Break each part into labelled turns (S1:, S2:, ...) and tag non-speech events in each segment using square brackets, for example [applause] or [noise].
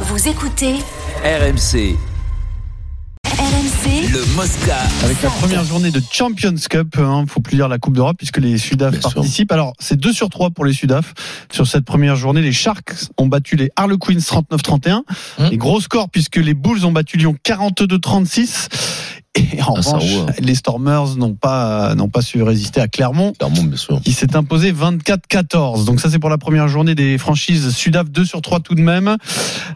S1: Vous écoutez
S2: RMC,
S1: RMC
S2: le Mosca.
S3: Avec la première journée de Champions Cup, il faut plus dire la Coupe d'Europe puisque les Sudaf
S4: Bien sûr.
S3: participent. Alors, c'est 2 sur 3 pour les Sudaf. Sur cette première journée, les Sharks ont battu les Harlequins 39-31.
S4: Hmm.
S3: Les gros scores puisque les Bulls ont battu Lyon 42-36. Et en
S4: Ah, ça
S3: revanche,
S4: roule, hein.
S3: les Stormers n'ont pas, euh, n'ont pas su résister à Clermont
S4: Clermont, bien sûr.
S3: qui s'est imposé 24-14. Donc ça c'est pour la première journée des franchises Sudaf 2 sur 3 tout de même.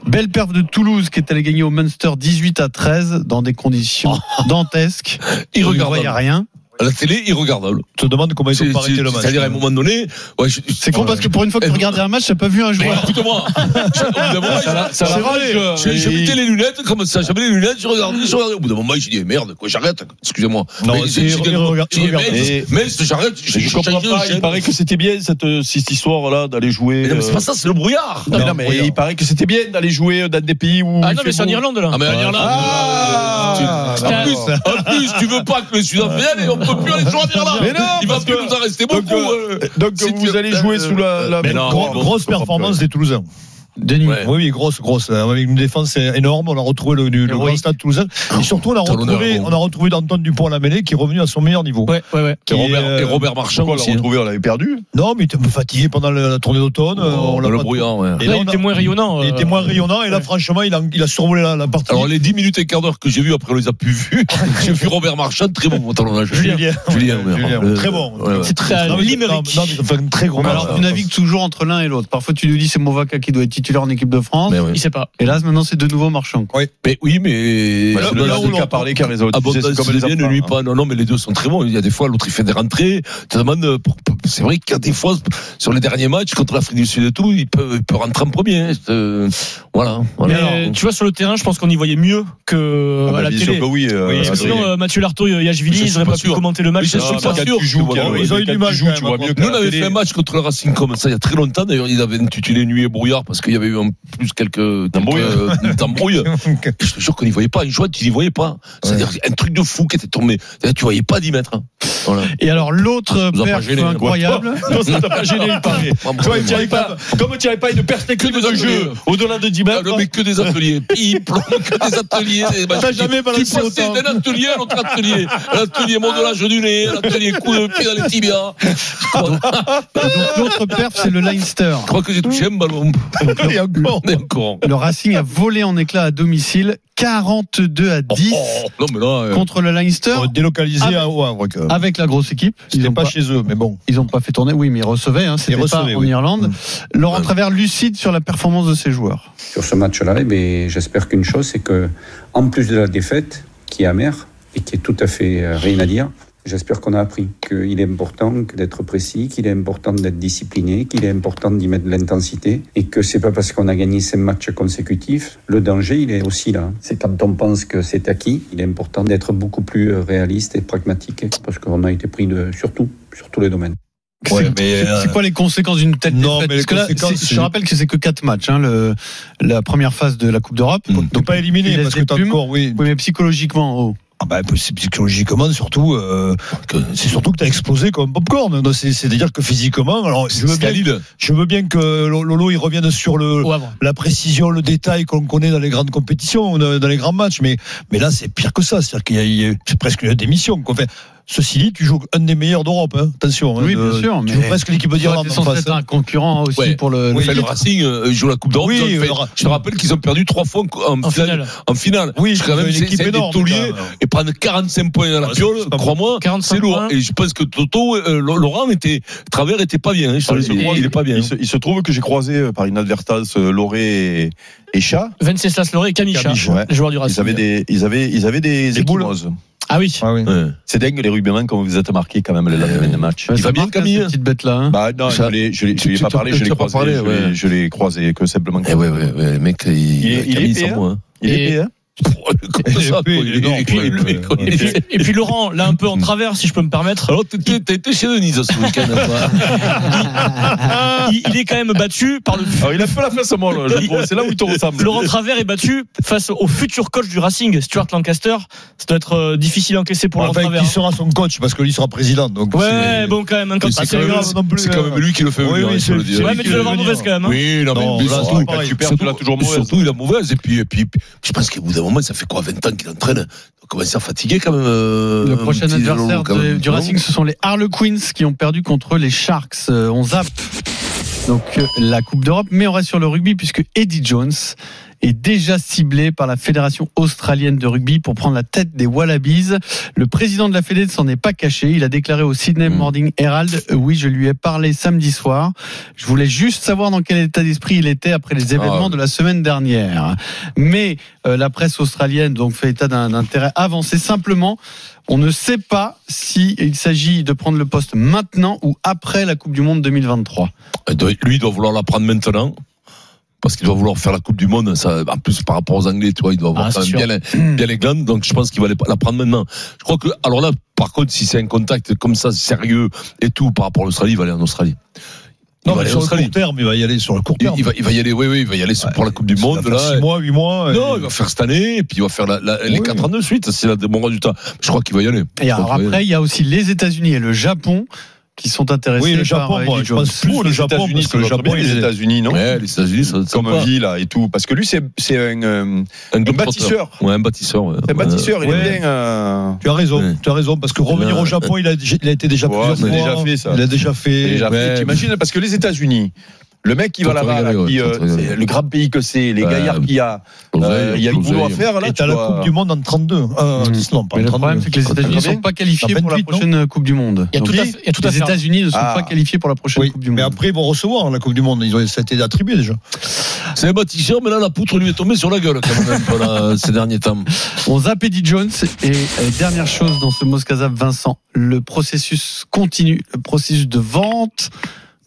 S3: Belle perf de Toulouse qui est allée gagner au Munster 18 à 13 dans des conditions
S4: [laughs]
S3: dantesques. On ne voyait
S4: Irregardable.
S3: rien.
S4: À la télé, irregardable.
S5: te demande comment ils
S4: C'est-
S5: ont pas arrêté
S4: c'est-
S5: le match.
S4: C'est-à-dire, à un moment donné, ouais, je- je-
S3: C'est con parce que pour une fois que tu
S4: Eh,
S3: regardais un match, t'as pas vu un
S4: Mais
S3: joueur.
S4: [laughs] écoute-moi, je- au bout d'un moment, je-
S5: ça
S4: je-
S5: va
S4: je-
S5: pas,
S4: je- je mettais les lunettes comme ça, j'avais les lunettes, je regardais, je regardais. Au bout d'un moment, j'ai dit eh, merde, quoi, j'arrête. Excusez-moi.
S5: Non,
S4: Mais j'ai-
S5: il-
S4: j'ai-
S5: il regarde-
S4: j'ai
S5: il
S4: dit,
S5: regarde.
S4: mais- mais j'arrête.
S5: Je,
S4: j'ai- j'ai
S5: comprends
S4: changé de
S5: pas. Il
S4: chaîne.
S5: paraît que c'était bien cette, euh, cette histoire-là d'aller jouer.
S4: Mais non, mais c'est
S5: euh,
S4: pas ça, c'est le brouillard.
S5: non, mais il paraît que c'était bien d'aller jouer euh, dans des pays où.
S6: Ah
S5: il
S6: non,
S5: fait
S6: mais c'est en
S5: beau.
S6: Irlande là.
S4: Ah, mais en Irlande.
S5: Ah,
S4: tu- en, plus, en plus, tu veux pas que le Sud-Africain, et on peut plus aller sur l'Irlande.
S5: Mais non,
S4: il va
S5: parce
S4: plus
S5: que-
S4: nous en rester
S5: donc,
S4: beaucoup.
S5: euh,
S4: euh.
S5: Donc
S4: Si
S5: vous
S4: tu- euh,
S5: allez jouer sous la, la-
S4: Mais non,
S5: gro-
S4: mais non,
S5: grosse
S4: je peux pas
S5: performance
S4: pleurer.
S5: des Toulousains.
S3: Denis.
S4: Ouais.
S5: Oui, oui, grosse, grosse. hein, Avec une défense énorme, on a retrouvé le, le, le
S3: Héroïque.
S5: grand stade toulousain. Et surtout, on a
S4: T'as
S5: retrouvé,
S4: l'honneur,
S5: on a retrouvé Danton Dupont à la mêlée qui est revenu à son meilleur niveau.
S6: Ouais, ouais, ouais.
S5: Qui
S4: Et Robert,
S5: est,
S4: et
S5: euh,
S4: Robert Marchand aussi. hein.
S7: on l'avait perdu.
S5: Non, mais il était un peu fatigué pendant la, la tournée d'automne. euh, on l'a
S4: Oh, le
S5: pas-
S4: brouillard, ouais.
S5: Et
S6: Là,
S5: là,
S6: il
S5: on a-
S6: était moins rayonnant.
S5: Il
S6: euh,
S5: était moins rayonnant et là, franchement, il a, il a survolé la, la partie. [laughs]
S4: Alors les 10 minutes et quart d'heure que j'ai vu après on les a plus vus. j'ai vu Robert Marchand, très bon pantalonnage.
S5: Julien,
S4: Julien,
S5: Julien,
S4: Robert.
S5: Julien, très bon.
S4: Ouais, ouais.
S6: C'est très
S5: Non, mais-
S6: Limerick.
S5: Non, mais enfin, un très gros.
S3: Mais
S5: match.
S3: alors, tu navigues toujours entre l'un et l'autre. Parfois, tu nous dis c'est Movaka qui doit être titulaire en équipe de France.
S4: Mais, ouais.
S6: Il sait pas.
S3: Et là, maintenant, c'est de nouveau Marchand.
S4: Mais oui, mais
S5: Là- là où l'on-
S4: abondance de bien Ah, ne
S5: hein.
S4: nuit pas. Non, non, mais les deux sont très bons. Il y a des fois l'autre il fait des rentrées. Tu te demandes, euh, pour- pour- c'est vrai qu'il y a des fois sur les derniers matchs contre l'Afrique du Sud et tout, il peut, il peut rentrer en premier. hein. C'est, euh, voilà.
S6: Mais
S4: voilà.
S6: euh, tu vois, sur le terrain, je pense qu'on y voyait mieux que
S7: Ah
S6: à
S7: bah,
S6: la
S7: bien sûr
S6: télé.
S7: que oui. euh,
S6: Parce que
S7: Adrien.
S6: sinon, euh, Mathieu Lartaud et
S4: Je
S6: Yachvili,
S4: suis
S6: ils n'auraient
S4: pas
S6: pas pu
S4: sûr.
S6: commenter le
S4: Mais
S6: match.
S4: je suis
S6: Ah,
S4: pas
S6: bah,
S4: sûr.
S5: tu joues,
S4: Ouais,
S5: Carlo,
S4: ouais,
S5: ils ont
S4: mais
S5: eu
S4: quand
S5: du
S4: tu
S5: mal,
S4: joues,
S5: quand
S4: tu
S5: même,
S4: vois
S5: à
S4: mieux.
S5: prendre
S4: Nous, on
S5: la
S4: avait
S5: télé.
S4: fait un match contre le Racing comme ça il y a très longtemps. D'ailleurs, ils avaient intitulé Nuit et brouillard parce qu'il y avait eu en plus quelques quelques,
S5: [laughs]
S7: Embrouilles.
S4: euh, embrouilles. Et Je te jure qu'on n'y voyait pas. Une joie, tu n'y voyais pas. C'est-à-dire un truc de fou qui était tombé. C'est-à-dire, tu voyais pas 10 mètres. hein. Voilà.
S3: Et alors, l'autre
S4: Vous en
S3: perf
S4: pas gêné,
S3: incroyable.
S5: Non, ça t'a pas gêné, il paraît.
S4: Ah,
S5: Toi,
S4: bon,
S5: tu avais pas, comme tu n'avais pas une perspective
S4: Que des
S5: de jeu
S4: ateliers.
S5: au-delà de 10
S4: Ah,
S5: mètres.
S4: non, mais que des
S5: [laughs]
S4: ateliers. Ils plombent que des ateliers. Et bah,
S5: T'as
S4: tu-
S5: jamais
S4: tu
S5: balancé
S4: passais
S5: autant.
S4: d'un atelier à l'autre atelier. L'atelier modelage du nez, l'atelier coup de pied dans les tibias. Je
S3: Donc, L'autre perf, c'est le Leinster.
S4: crois que j'ai touché un ballon.
S5: Et encore.
S4: Mais encore.
S3: Le Racing a volé en éclats à domicile 42 à 10
S4: Oh, non, mais là. euh,
S3: contre le Leinster
S5: Oh, Délocalisé
S3: Ah,
S5: à au Havre. que-
S3: avec la grosse équipe. Ils
S5: C'était
S3: n'ont
S5: pas
S3: pas,
S5: chez eux, mais bon.
S3: ils ont pas fait tourner. Oui, mais ils recevaient. Mmh. Hein, C'était pas
S5: recevaient,
S3: en
S5: oui.
S3: Irlande. Laurent
S4: Ouais.
S3: Travers lucide sur la performance de ses joueurs.
S8: sur ce match-là, eh bien, j'espère qu'une chose, c'est que, en plus de la défaite, qui est amère et qui est tout à fait euh, rien à dire, j'espère qu'on a appris qu'il est important que d'être précis, qu'il est important d'être discipliné, qu'il est important d'y mettre de l'intensité et que c'est pas parce qu'on a gagné ces matchs consécutifs, le danger, il est aussi là. C'est quand on pense que c'est acquis, il est important d'être beaucoup plus euh, réaliste et pragmatique parce qu'on a été pris de, surtout, sur tous les domaines.
S5: Ouais,
S3: C'est-
S5: mais,
S3: c'est
S5: euh,
S3: c'est quoi les conséquences d'une telle
S5: non,
S3: défaite
S5: mais les
S3: Parce que là,
S5: conséquences,
S3: c'est-
S5: c'est-
S3: je rappelle que c'est que 4 matchs, hein, le, la première phase de la Coupe d'Europe.
S4: Mm.
S5: Donc, Mmh. pas éliminé,
S3: tu laisses
S5: parce que
S3: des
S5: t'as
S3: plumes.
S5: encore, oui.
S3: Oui, mais psychologiquement, oh.
S5: Ah bah, c'est psychologiquement, surtout, euh, que- c'est surtout que t'as explosé comme popcorn. Donc, c'est- C'est-à-dire que physiquement, alors, je veux, bien,
S4: Scalide.
S5: je veux bien que Lolo, il revienne sur le,
S6: Au Havre.
S5: la précision, le détail qu'on connaît dans les grandes compétitions, dans dans les grands matchs. Mais, mais là, c'est pire que ça. C'est-à-dire qu'il y a- il y a, c'est presque une démission. quoi. Enfin, ceci dit, tu joues un des meilleurs d'Europe. hein. Attention. hein,
S3: Oui,
S5: de-
S3: bien sûr,
S5: Tu
S3: mais-
S5: joues presque l'équipe
S3: il
S5: d'Irlande en
S3: censé
S5: face. hein.
S3: être un concurrent aussi
S4: Ouais.
S3: pour le.
S4: Enfin,
S5: Oui.
S4: le Racing euh, joue la Coupe d'Europe.
S5: Oui,
S4: Ils ont fait-
S5: le Ra-
S4: je te rappelle qu'ils ont perdu trois fois en,
S6: En
S4: finale.
S6: finale.
S4: En finale.
S5: Oui,
S4: Je crois même
S5: une
S4: c'est-
S5: équipe
S4: c'est des
S5: énorme, euh,
S4: tauliers.
S5: quand même.
S4: et prendre 45 points à la
S5: Ouais,
S4: piole,
S5: c'est pas
S4: crois-moi,
S6: 45
S4: c'est lourd.
S6: points.
S4: Et je pense que Toto, euh, Laurent était, Travers était pas bien. hein, je te le dis,
S7: Il-
S4: il est pas bien.
S7: Il se, il se trouve que j'ai croisé euh, par inadvertance euh, Loré et, et Chat.
S6: Venceslas Loré et Camille Chat,
S7: Camille, ouais.
S6: les joueurs du
S7: Ils avaient
S6: Racing.
S7: des, ils avaient, ils avaient des
S5: boules.
S7: ecchymoses.
S6: Ah oui.
S5: Ah oui.
S4: Ouais.
S7: C'est dingue les rugbymen quand vous êtes marqués quand même le lendemain de match.
S3: Ça
S4: Il va bien,
S3: marque, hein,
S4: Camille
S3: cette petite bête là.
S7: Bah non, je
S4: Ça-
S7: l'ai, je l'ai, je
S4: tu-
S7: lui ai
S4: tu
S7: pas
S4: t'en-
S7: parlé,
S4: tu
S7: je l'ai
S4: t'en
S7: croisé,
S4: parlais,
S7: je
S4: ouais.
S7: l'ai- je l'ai croisé que simplement.
S4: Eh ouais, ouais, ouais, le mec, il,
S7: Il est- il est
S4: Camille, sans [laughs]
S7: payé,
S4: moi, hein.
S7: Il
S6: Et-
S7: est payé, hein
S4: Comme
S5: Et
S4: ça,
S5: puis,
S4: quoi, il est
S5: il est
S4: énorme,
S5: énorme,
S4: quoi, le
S5: ouais,
S4: mec, quoi,
S5: ouais.
S4: il
S6: Et
S4: est-
S6: puis, et puis Laurent, là un peu en travers, si je peux me permettre,
S4: Alors, t'es- t'es t'as été chez Denise ce week-end, toi.
S6: il, il est quand même battu par le.
S7: Alors, il a fait la face à moi, là, je trouve. C'est là où il te ressemble.
S6: Laurent Travers est battu face au futur coach du Racing, Stuart Lancaster. Ça doit être euh, difficile à encaisser pour Laurent
S5: Enfin,
S6: Travers.
S5: qui sera son coach parce que lui sera président. Donc
S6: hein.
S5: c'est-
S6: Ouais, bon quand même, hein, quand
S4: Mais c'est
S6: c'est
S4: quand même-
S6: grave.
S5: non plus,
S4: C'est quand même
S5: euh,
S4: lui qui le fait
S5: Oui,
S4: venir,
S5: oui,
S4: il faut le
S5: c'est-
S4: dire.
S6: Ouais, mais tu vas l'avoir mauvaise quand même. hein.
S4: Oui, non,
S5: Non,
S4: mais, mais
S5: là,
S4: surtout,
S5: c'est pas
S4: quand
S5: pareil.
S4: tu perds,
S7: Surtout-
S4: tu l'as toujours mauvaise. Surtout, il a mauvaise. Et puis, et puis, je pense qu'au bout d'un moment, ça fait quoi, 20 ans qu'il entraîne Il commence à fatiguer quand même. euh,
S3: Le
S4: un
S3: prochain
S4: petit
S3: adversaire
S4: Lolo, quand
S3: de-
S4: même,
S3: du
S4: non
S3: Racing, ce sont les Harlequins qui ont perdu contre les Sharks. Euh, on zappe donc euh, la Coupe d'Europe, mais on reste sur le rugby puisque Eddie Jones est déjà ciblé par la Fédération australienne de rugby pour prendre la tête des Wallabies. Le président de la Fédé ne s'en est pas caché. Il a déclaré au Sydney
S4: Mm.
S3: Morning Herald euh, Oui, je lui ai parlé samedi soir. Je voulais juste savoir dans quel état d'esprit il était après
S5: Ah,
S3: les événements
S4: ouais.
S3: de la semaine dernière. Mais euh, la presse australienne donc fait état d'un intérêt avancé. Simplement, on ne sait pas si il s'agit de prendre le poste maintenant ou après la Coupe du Monde 2023.
S4: Il Eh, doit- Lui, il doit vouloir la prendre maintenant. Parce qu'il doit vouloir faire la Coupe du Monde. Ça, en plus, par rapport aux Anglais, tu vois, il doit avoir
S6: Ah,
S4: quand même
S6: c'est
S4: bien, les- bien les glandes. Donc, je pense qu'il va les- la prendre maintenant. Je crois que, alors là, par contre, si c'est un contact comme ça, sérieux et tout, par rapport à l'Australie, il va aller en Australie. Il
S5: Non,
S4: va aller en
S5: mais sur le
S4: Australie.
S5: court terme, il va y aller sur le court
S4: Il,
S5: terme.
S4: il va, il va y aller, oui, oui, il va y aller pour la Coupe du Monde.
S5: Il va faire
S4: Là,
S5: six mois, huit mois.
S4: Non,
S5: et-
S4: il va faire cette année, et puis il va faire la- la- les
S5: Oui.
S4: 4 ans de suite. C'est la- le bon résultat. Je crois qu'il va y aller.
S3: Et
S4: Je crois
S3: alors
S4: qu'il va y aller.
S3: après, il y a aussi les États-Unis et le Japon qui sont intéressés
S5: Oui, le
S3: par
S5: Japon,
S3: Eddie
S5: moi, je
S3: Jones.
S5: pense plus
S7: Ou
S5: le
S7: les
S5: Japon,
S7: États-Unis,
S5: parce que le
S7: ça doit
S5: Japon,
S7: bien,
S5: il
S7: les
S5: est-
S7: États-unis, non
S4: Ouais, les États-Unis, ça, ça
S7: Comme
S4: va.
S7: Ville là, et tout. Parce que lui, c'est c'est un, euh,
S4: un
S7: un
S4: gros
S7: bâtisseur.
S4: porteur. Ouais, un bâtisseur. ouais.
S7: C'est un
S4: Ouais.
S7: bâtisseur, il
S5: Ouais.
S7: est bien. euh,
S5: Tu as raison,
S4: Ouais.
S5: tu as raison, parce que revenir
S4: Ouais.
S5: au Japon, il a, il a été déjà
S7: Ouais,
S5: plusieurs
S7: on
S5: fois.
S7: a déjà fait, ça.
S5: Il a déjà fait.
S7: Et j'arrive,
S4: ouais.
S7: T'imagines Parce que les États-Unis, le mec qui va
S4: Faut te
S7: là-bas, là,
S4: régaler, ouais,
S7: qui,
S4: faut
S7: euh,
S4: te régaler.
S7: c'est le grand pays que c'est, les
S4: Ouais.
S7: gaillards qu'il y a,
S4: L'oseille,
S7: euh, il y a du boulot à
S4: l'oseille.
S7: faire là.
S5: et
S7: tu
S5: t'as la
S7: vois.
S5: Coupe du Monde en 32. Euh,
S4: Mm.
S3: Mmh.
S5: non, pas
S3: Mais
S5: en
S3: le
S5: 32.
S3: problème, c'est que les États-Unis ne
S7: Combien
S3: sont pas qualifiés pour la
S5: 28, non
S3: prochaine Coupe du Monde.
S6: Il y a tout
S3: Donc,
S6: à fait- il y a tout à
S3: les
S6: faire.
S3: États-Unis ne sont
S7: Ah.
S3: pas qualifiés pour la prochaine
S5: Oui,
S3: Coupe du
S5: mais
S3: Monde.
S5: après, ils vont recevoir la Coupe du Monde. Ils ont, ça a été attribué déjà.
S4: C'est un bâtisseur, mais là, la poutre lui est tombée sur la gueule, quand même, voilà, ces derniers temps.
S3: On zappe Eddie Jones et euh, dernière chose dans ce Moscazap Vincent, le processus continue, le processus de vente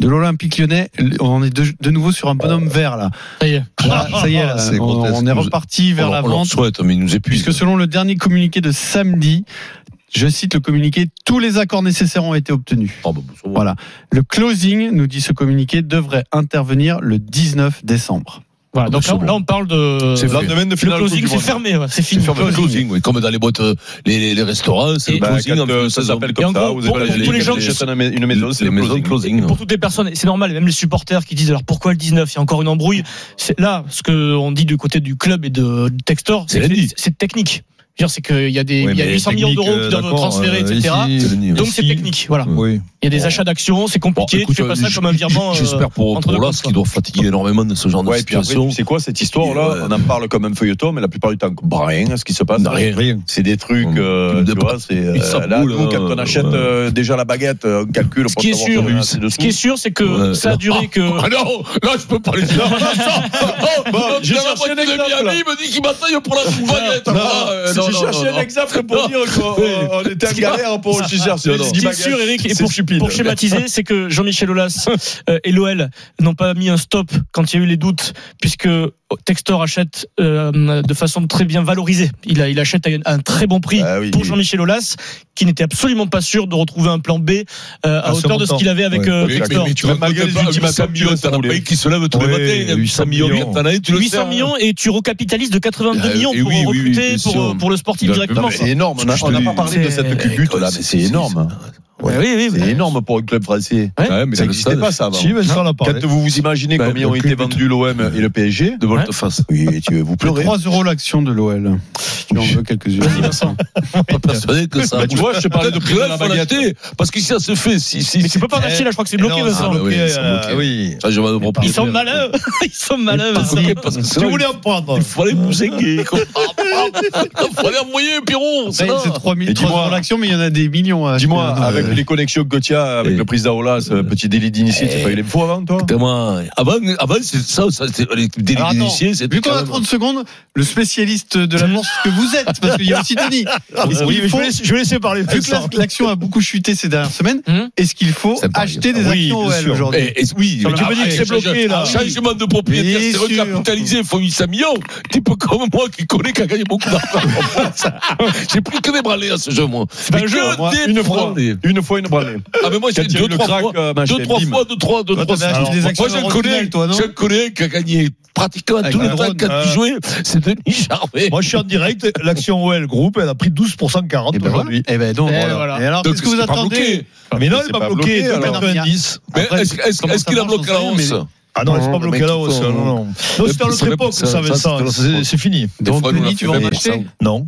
S3: de l'Olympique lyonnais. On est de, de nouveau sur un bonhomme vert
S5: [laughs]
S3: là.
S6: Ça y est.
S3: Là, Ah, ça y est, là,
S5: C'est
S3: on,
S5: grotesque.
S3: on est reparti vers
S4: on,
S3: la
S4: leur- on leur
S3: vente.
S4: souhaite, mais il nous épuise.
S3: Puisque selon le dernier communiqué de samedi, je cite le communiqué, tous les accords nécessaires ont été obtenus.
S4: Oh, bah, ça va.
S3: Voilà. Le closing, nous dit ce communiqué, devrait intervenir le 19 décembre.
S6: Voilà,
S4: Ah,
S6: donc
S4: bah,
S6: là,
S4: c'est
S6: là,
S4: bon.
S6: on parle de.
S4: C'est
S7: Le
S4: vrai.
S7: lendemain de
S6: Le
S7: finale de Coupe
S6: closing,
S7: du
S6: c'est
S7: Monde.
S6: fermé, ouais, c'est
S4: C'est
S6: fini.
S4: fermé le closing, oui, comme dans les boîtes, euh, les, les, les restaurants, c'est le
S7: Bah,
S4: closing.
S7: quand,
S4: en
S7: euh,
S4: fin de
S7: ça
S4: saison.
S7: s'appelle
S6: Et en
S7: comme ça.
S6: gros,
S7: Vous
S6: pour-
S7: avez
S6: pour
S7: les,
S6: tous les gens qui-
S7: qui achètent une maison, c'est
S4: les
S7: le
S4: maisons de
S7: closing.
S4: closing.
S5: hein.
S6: Pour toutes les personnes, et c'est normal, et même les supporters qui disent alors pourquoi le 19 Il y a encore une embrouille. C'est là, ce qu'on dit du côté du club et de de Textor,
S4: C'est
S6: c'est que
S4: lundi.
S6: c'est- c'est technique. Je veux dire, C'est qu'il y a, des, il y a 800 millions d'euros qui doivent transférer, etc.
S4: Ah,
S6: Donc c'est
S5: ici-
S6: technique, voilà.
S5: Oui.
S6: Il y a des achats d'actions, c'est
S4: Bon,
S6: compliqué,
S4: écoute,
S6: tu fais pas
S4: euh,
S6: ça
S4: j-
S6: comme un
S4: j-
S6: virement. euh,
S4: J'espère pour,
S6: entre
S4: pour
S6: deux
S4: là,
S6: clubs,
S4: ce qui doit fatiguer énormément de ce genre de
S7: Ouais, et puis après,
S4: situation.
S7: c'est quoi cette histoire là
S4: Ouais.
S6: euh,
S7: On en parle comme un feuilleton, mais la plupart du temps, bah, rien, ce qui se passe.
S4: Bah, rien.
S5: Rien.
S7: C'est des trucs,
S4: Hum.
S7: euh,
S4: Une
S7: tu
S4: de-
S7: vois, c'est
S4: Une
S7: euh, là,
S4: saboule,
S7: nous, quand
S4: euh,
S7: on achète
S4: ouais.
S7: euh, déjà la baguette, euh, on calcule
S6: Ce
S7: pour
S6: qui est
S7: savoir
S6: sûr,
S7: combien
S4: oui,
S7: c'est de
S6: Ce qui est
S7: sous.
S6: sûr, c'est que
S4: Ouais.
S6: ça a
S4: [laughs]
S6: duré que.
S4: Ah non, là je peux pas les dire. Non, non, non,
S7: Bon,
S4: non,
S7: j'ai
S4: la
S7: cherché
S4: moitié
S7: un
S4: de
S7: exemple,
S4: Miami me dit qu'il bataille pour la baguette. Ah, euh, non,
S7: J'ai
S4: non,
S7: cherché
S4: non,
S7: un exemple
S4: Non.
S7: pour dire [laughs] qu'on
S4: Oui.
S7: on était en
S6: Ce qui-
S7: galère pour
S6: Ça-
S7: j'ai cherché
S4: Non, non.
S7: une
S6: Ce qui est
S7: baguette.
S6: sûr, Eric, et
S7: C'est
S6: pour,
S7: stupide.
S6: pour schématiser, c'est que Jean-Michel
S4: [laughs]
S6: Aulas euh, et l'OL n'ont pas mis un stop quand il y a eu les doutes, puisque Textor achète euh, de façon très bien valorisée. Il, a- il achète à un- à un très bon prix
S7: Ah oui,
S6: pour
S7: oui.
S6: Jean-Michel Aulas, qui n'était absolument pas sûr de retrouver un plan B euh, à
S5: À ce
S6: hauteur de ce
S5: montant.
S6: qu'il avait avec
S5: Ouais.
S6: euh,
S4: Mais- mais-
S6: Textor.
S4: mais tu
S7: Même
S4: racontes
S7: malgré les
S4: pas,
S7: ultimatums,
S4: 800 millions,
S7: ils sont
S4: t'en as
S7: roulés.
S4: pas une qui se lève tous les
S5: Ouais,
S4: matins.
S5: 800
S4: 800 millions,
S5: millions.
S4: t'en as une, tu le
S6: 800 millions et tu recapitalises de 82
S4: Ah,
S6: millions
S4: et
S6: pour
S4: oui, oui, oui,
S6: recruter
S4: bien
S6: pour,
S4: sûr.
S6: euh, pour le sportif
S4: Il a-
S7: Non,
S6: directement.
S7: mais C'est énorme. on a- On n'a pas parlé de
S6: C'est-
S7: cette culbute là, mais c'est énorme. hein.
S6: Ouais, oui, oui, oui.
S7: C'est énorme pour un club français.
S6: Ouais.
S4: Ouais, mais
S7: Ça
S4: dans le
S7: n'existait
S4: stade,
S7: pas ça avant.
S5: Si, Vincent l'a parlé.
S7: Quand vous vous imaginez
S4: Bah,
S7: combien
S4: le
S7: ont été
S4: culbute.
S7: vendus l'OM et le PSG,
S4: De volte face.
S7: oui, tu, vous pleurez.
S3: 3 euros l'action de l'OL. Si tu en veux quelques-unes.
S4: Pas persuadé que ça.
S7: Bah, tu vois, je te parlais de prix de la
S4: Grave, faut
S7: baguette.
S4: l'acheter, Parce que si ça se fait, si. si-
S6: Mais tu peux pas
S5: Eh,
S6: racheter là, je crois que c'est
S5: Non,
S6: bloqué,
S5: c'est
S6: Vincent.
S4: Ah, bah oui,
S5: bloqué,
S4: c'est
S5: euh,
S4: bloqué.
S5: Oui.
S4: Ça, je m'en propose.
S6: Ils sont malins, [laughs] ils sont malins. Vincent.
S4: Parce que c'est
S5: Tu
S4: vrai,
S5: voulais en prendre.
S4: Il fallait pousser Ah, Il fallait envoyer Piron.
S3: Ben, C'est
S4: C'est là.
S3: 3
S7: Et dis-moi-
S3: euros l'action, mais il y en a des millions. à
S7: Dis-moi,
S3: acheter. hein, euh,
S7: avec
S5: euh,
S7: les connexions que tu as avec
S4: Eh.
S7: le président Aulas, euh, petit délit d'initié,
S4: Eh.
S7: tu pas eu l'info avant, toi
S4: Comment Avant, avant c'est ça, ça c'est les délits
S3: Alors attends,
S4: d'initiés, c'était
S3: Vu qu'on
S4: quand
S3: a
S4: même-
S3: 30 secondes, le spécialiste de la bourse que vous êtes, parce qu'il y a aussi Denis. Est-ce
S5: Ah, Oui,
S3: qu'il
S5: mais je
S3: faut,
S5: vais laisser- je vais laisser parler.
S3: vu que
S5: Vincent.
S3: la- l'action a beaucoup chuté ces dernières semaines,
S6: Hmm.
S3: est-ce qu'il faut
S4: C'est pareil.
S3: acheter des
S5: Oui,
S3: actions
S5: bien
S3: OL
S5: sûr.
S3: aujourd'hui
S4: Eh, eh, oui,
S3: Sur
S4: mais
S3: le
S4: tu
S3: marché,
S4: me dis que c'est
S3: c'est
S7: Ah,
S4: bloqué là. Changement de propriétaire,
S3: Bien
S4: c'est
S3: sûr.
S4: recapitalisé, il faut 800 millions. Type comme moi qui connais qui a gagné beaucoup d'argent. j'ai
S7: [laughs]
S4: plus que des bralets à ce jeu, moi.
S7: Pas
S4: Mais
S7: un jeu,
S4: que
S7: moi,
S4: des
S7: une fois,
S4: bralets.
S7: une fois une branlée.
S4: Ah, mais moi, j'ai
S7: Quand il y a eu
S4: deux,
S7: le
S4: trois
S7: crack,
S4: fois.
S7: euh,
S4: Deux,
S7: machin,
S4: trois
S7: bim.
S4: fois, deux, trois, deux,
S3: Toi,
S4: trois.
S3: t'avais acheté des actions
S4: Moi, je le connais,
S3: originales, toi, non
S4: je le connais qui a gagné pratiquement
S3: Avec
S4: tous les
S3: un
S4: temps
S3: drone, hein.
S4: quand
S5: euh.
S4: il jouait, c'est Denis Charvet.
S5: Moi, je suis en direct. L'action OL Groupe, elle a pris 12% de 40
S3: Et ben voilà.
S5: aujourd'hui.
S3: Eh ben donc,
S6: Eh,
S3: voilà.
S6: voilà.
S3: Et alors,
S4: Donc,
S3: qu'est-ce que vous
S4: c'est pas
S3: attendez
S4: bloqué.
S5: Mais non,
S7: C'est
S5: elle m'a
S7: pas
S5: bloqué.
S7: bloqué, alors.
S5: 2,90.
S4: Mais
S3: Après,
S4: est-ce est-ce-
S3: comment
S4: est-ce
S3: ça
S4: qu'il a
S3: marche,
S4: bloqué
S3: j'en
S4: la
S3: sais rien, mais-
S4: 11
S5: Ah non,
S4: Non,
S5: c'est pas
S4: le
S5: bloqué
S4: mec,
S5: là
S4: il
S5: haut
S4: faut-
S5: ça, Non, non. Non, c'était à
S4: puis,
S5: notre
S4: c'est
S5: époque,
S4: même-
S5: ça,
S4: ça,
S5: Vincent.
S4: ça,
S5: C'est c'est fini.
S4: Des
S3: Donc,
S4: fois, nous, on
S3: Denis,
S4: a
S3: tu
S4: fait
S3: vas en
S4: 20%.
S3: acheter
S5: Non.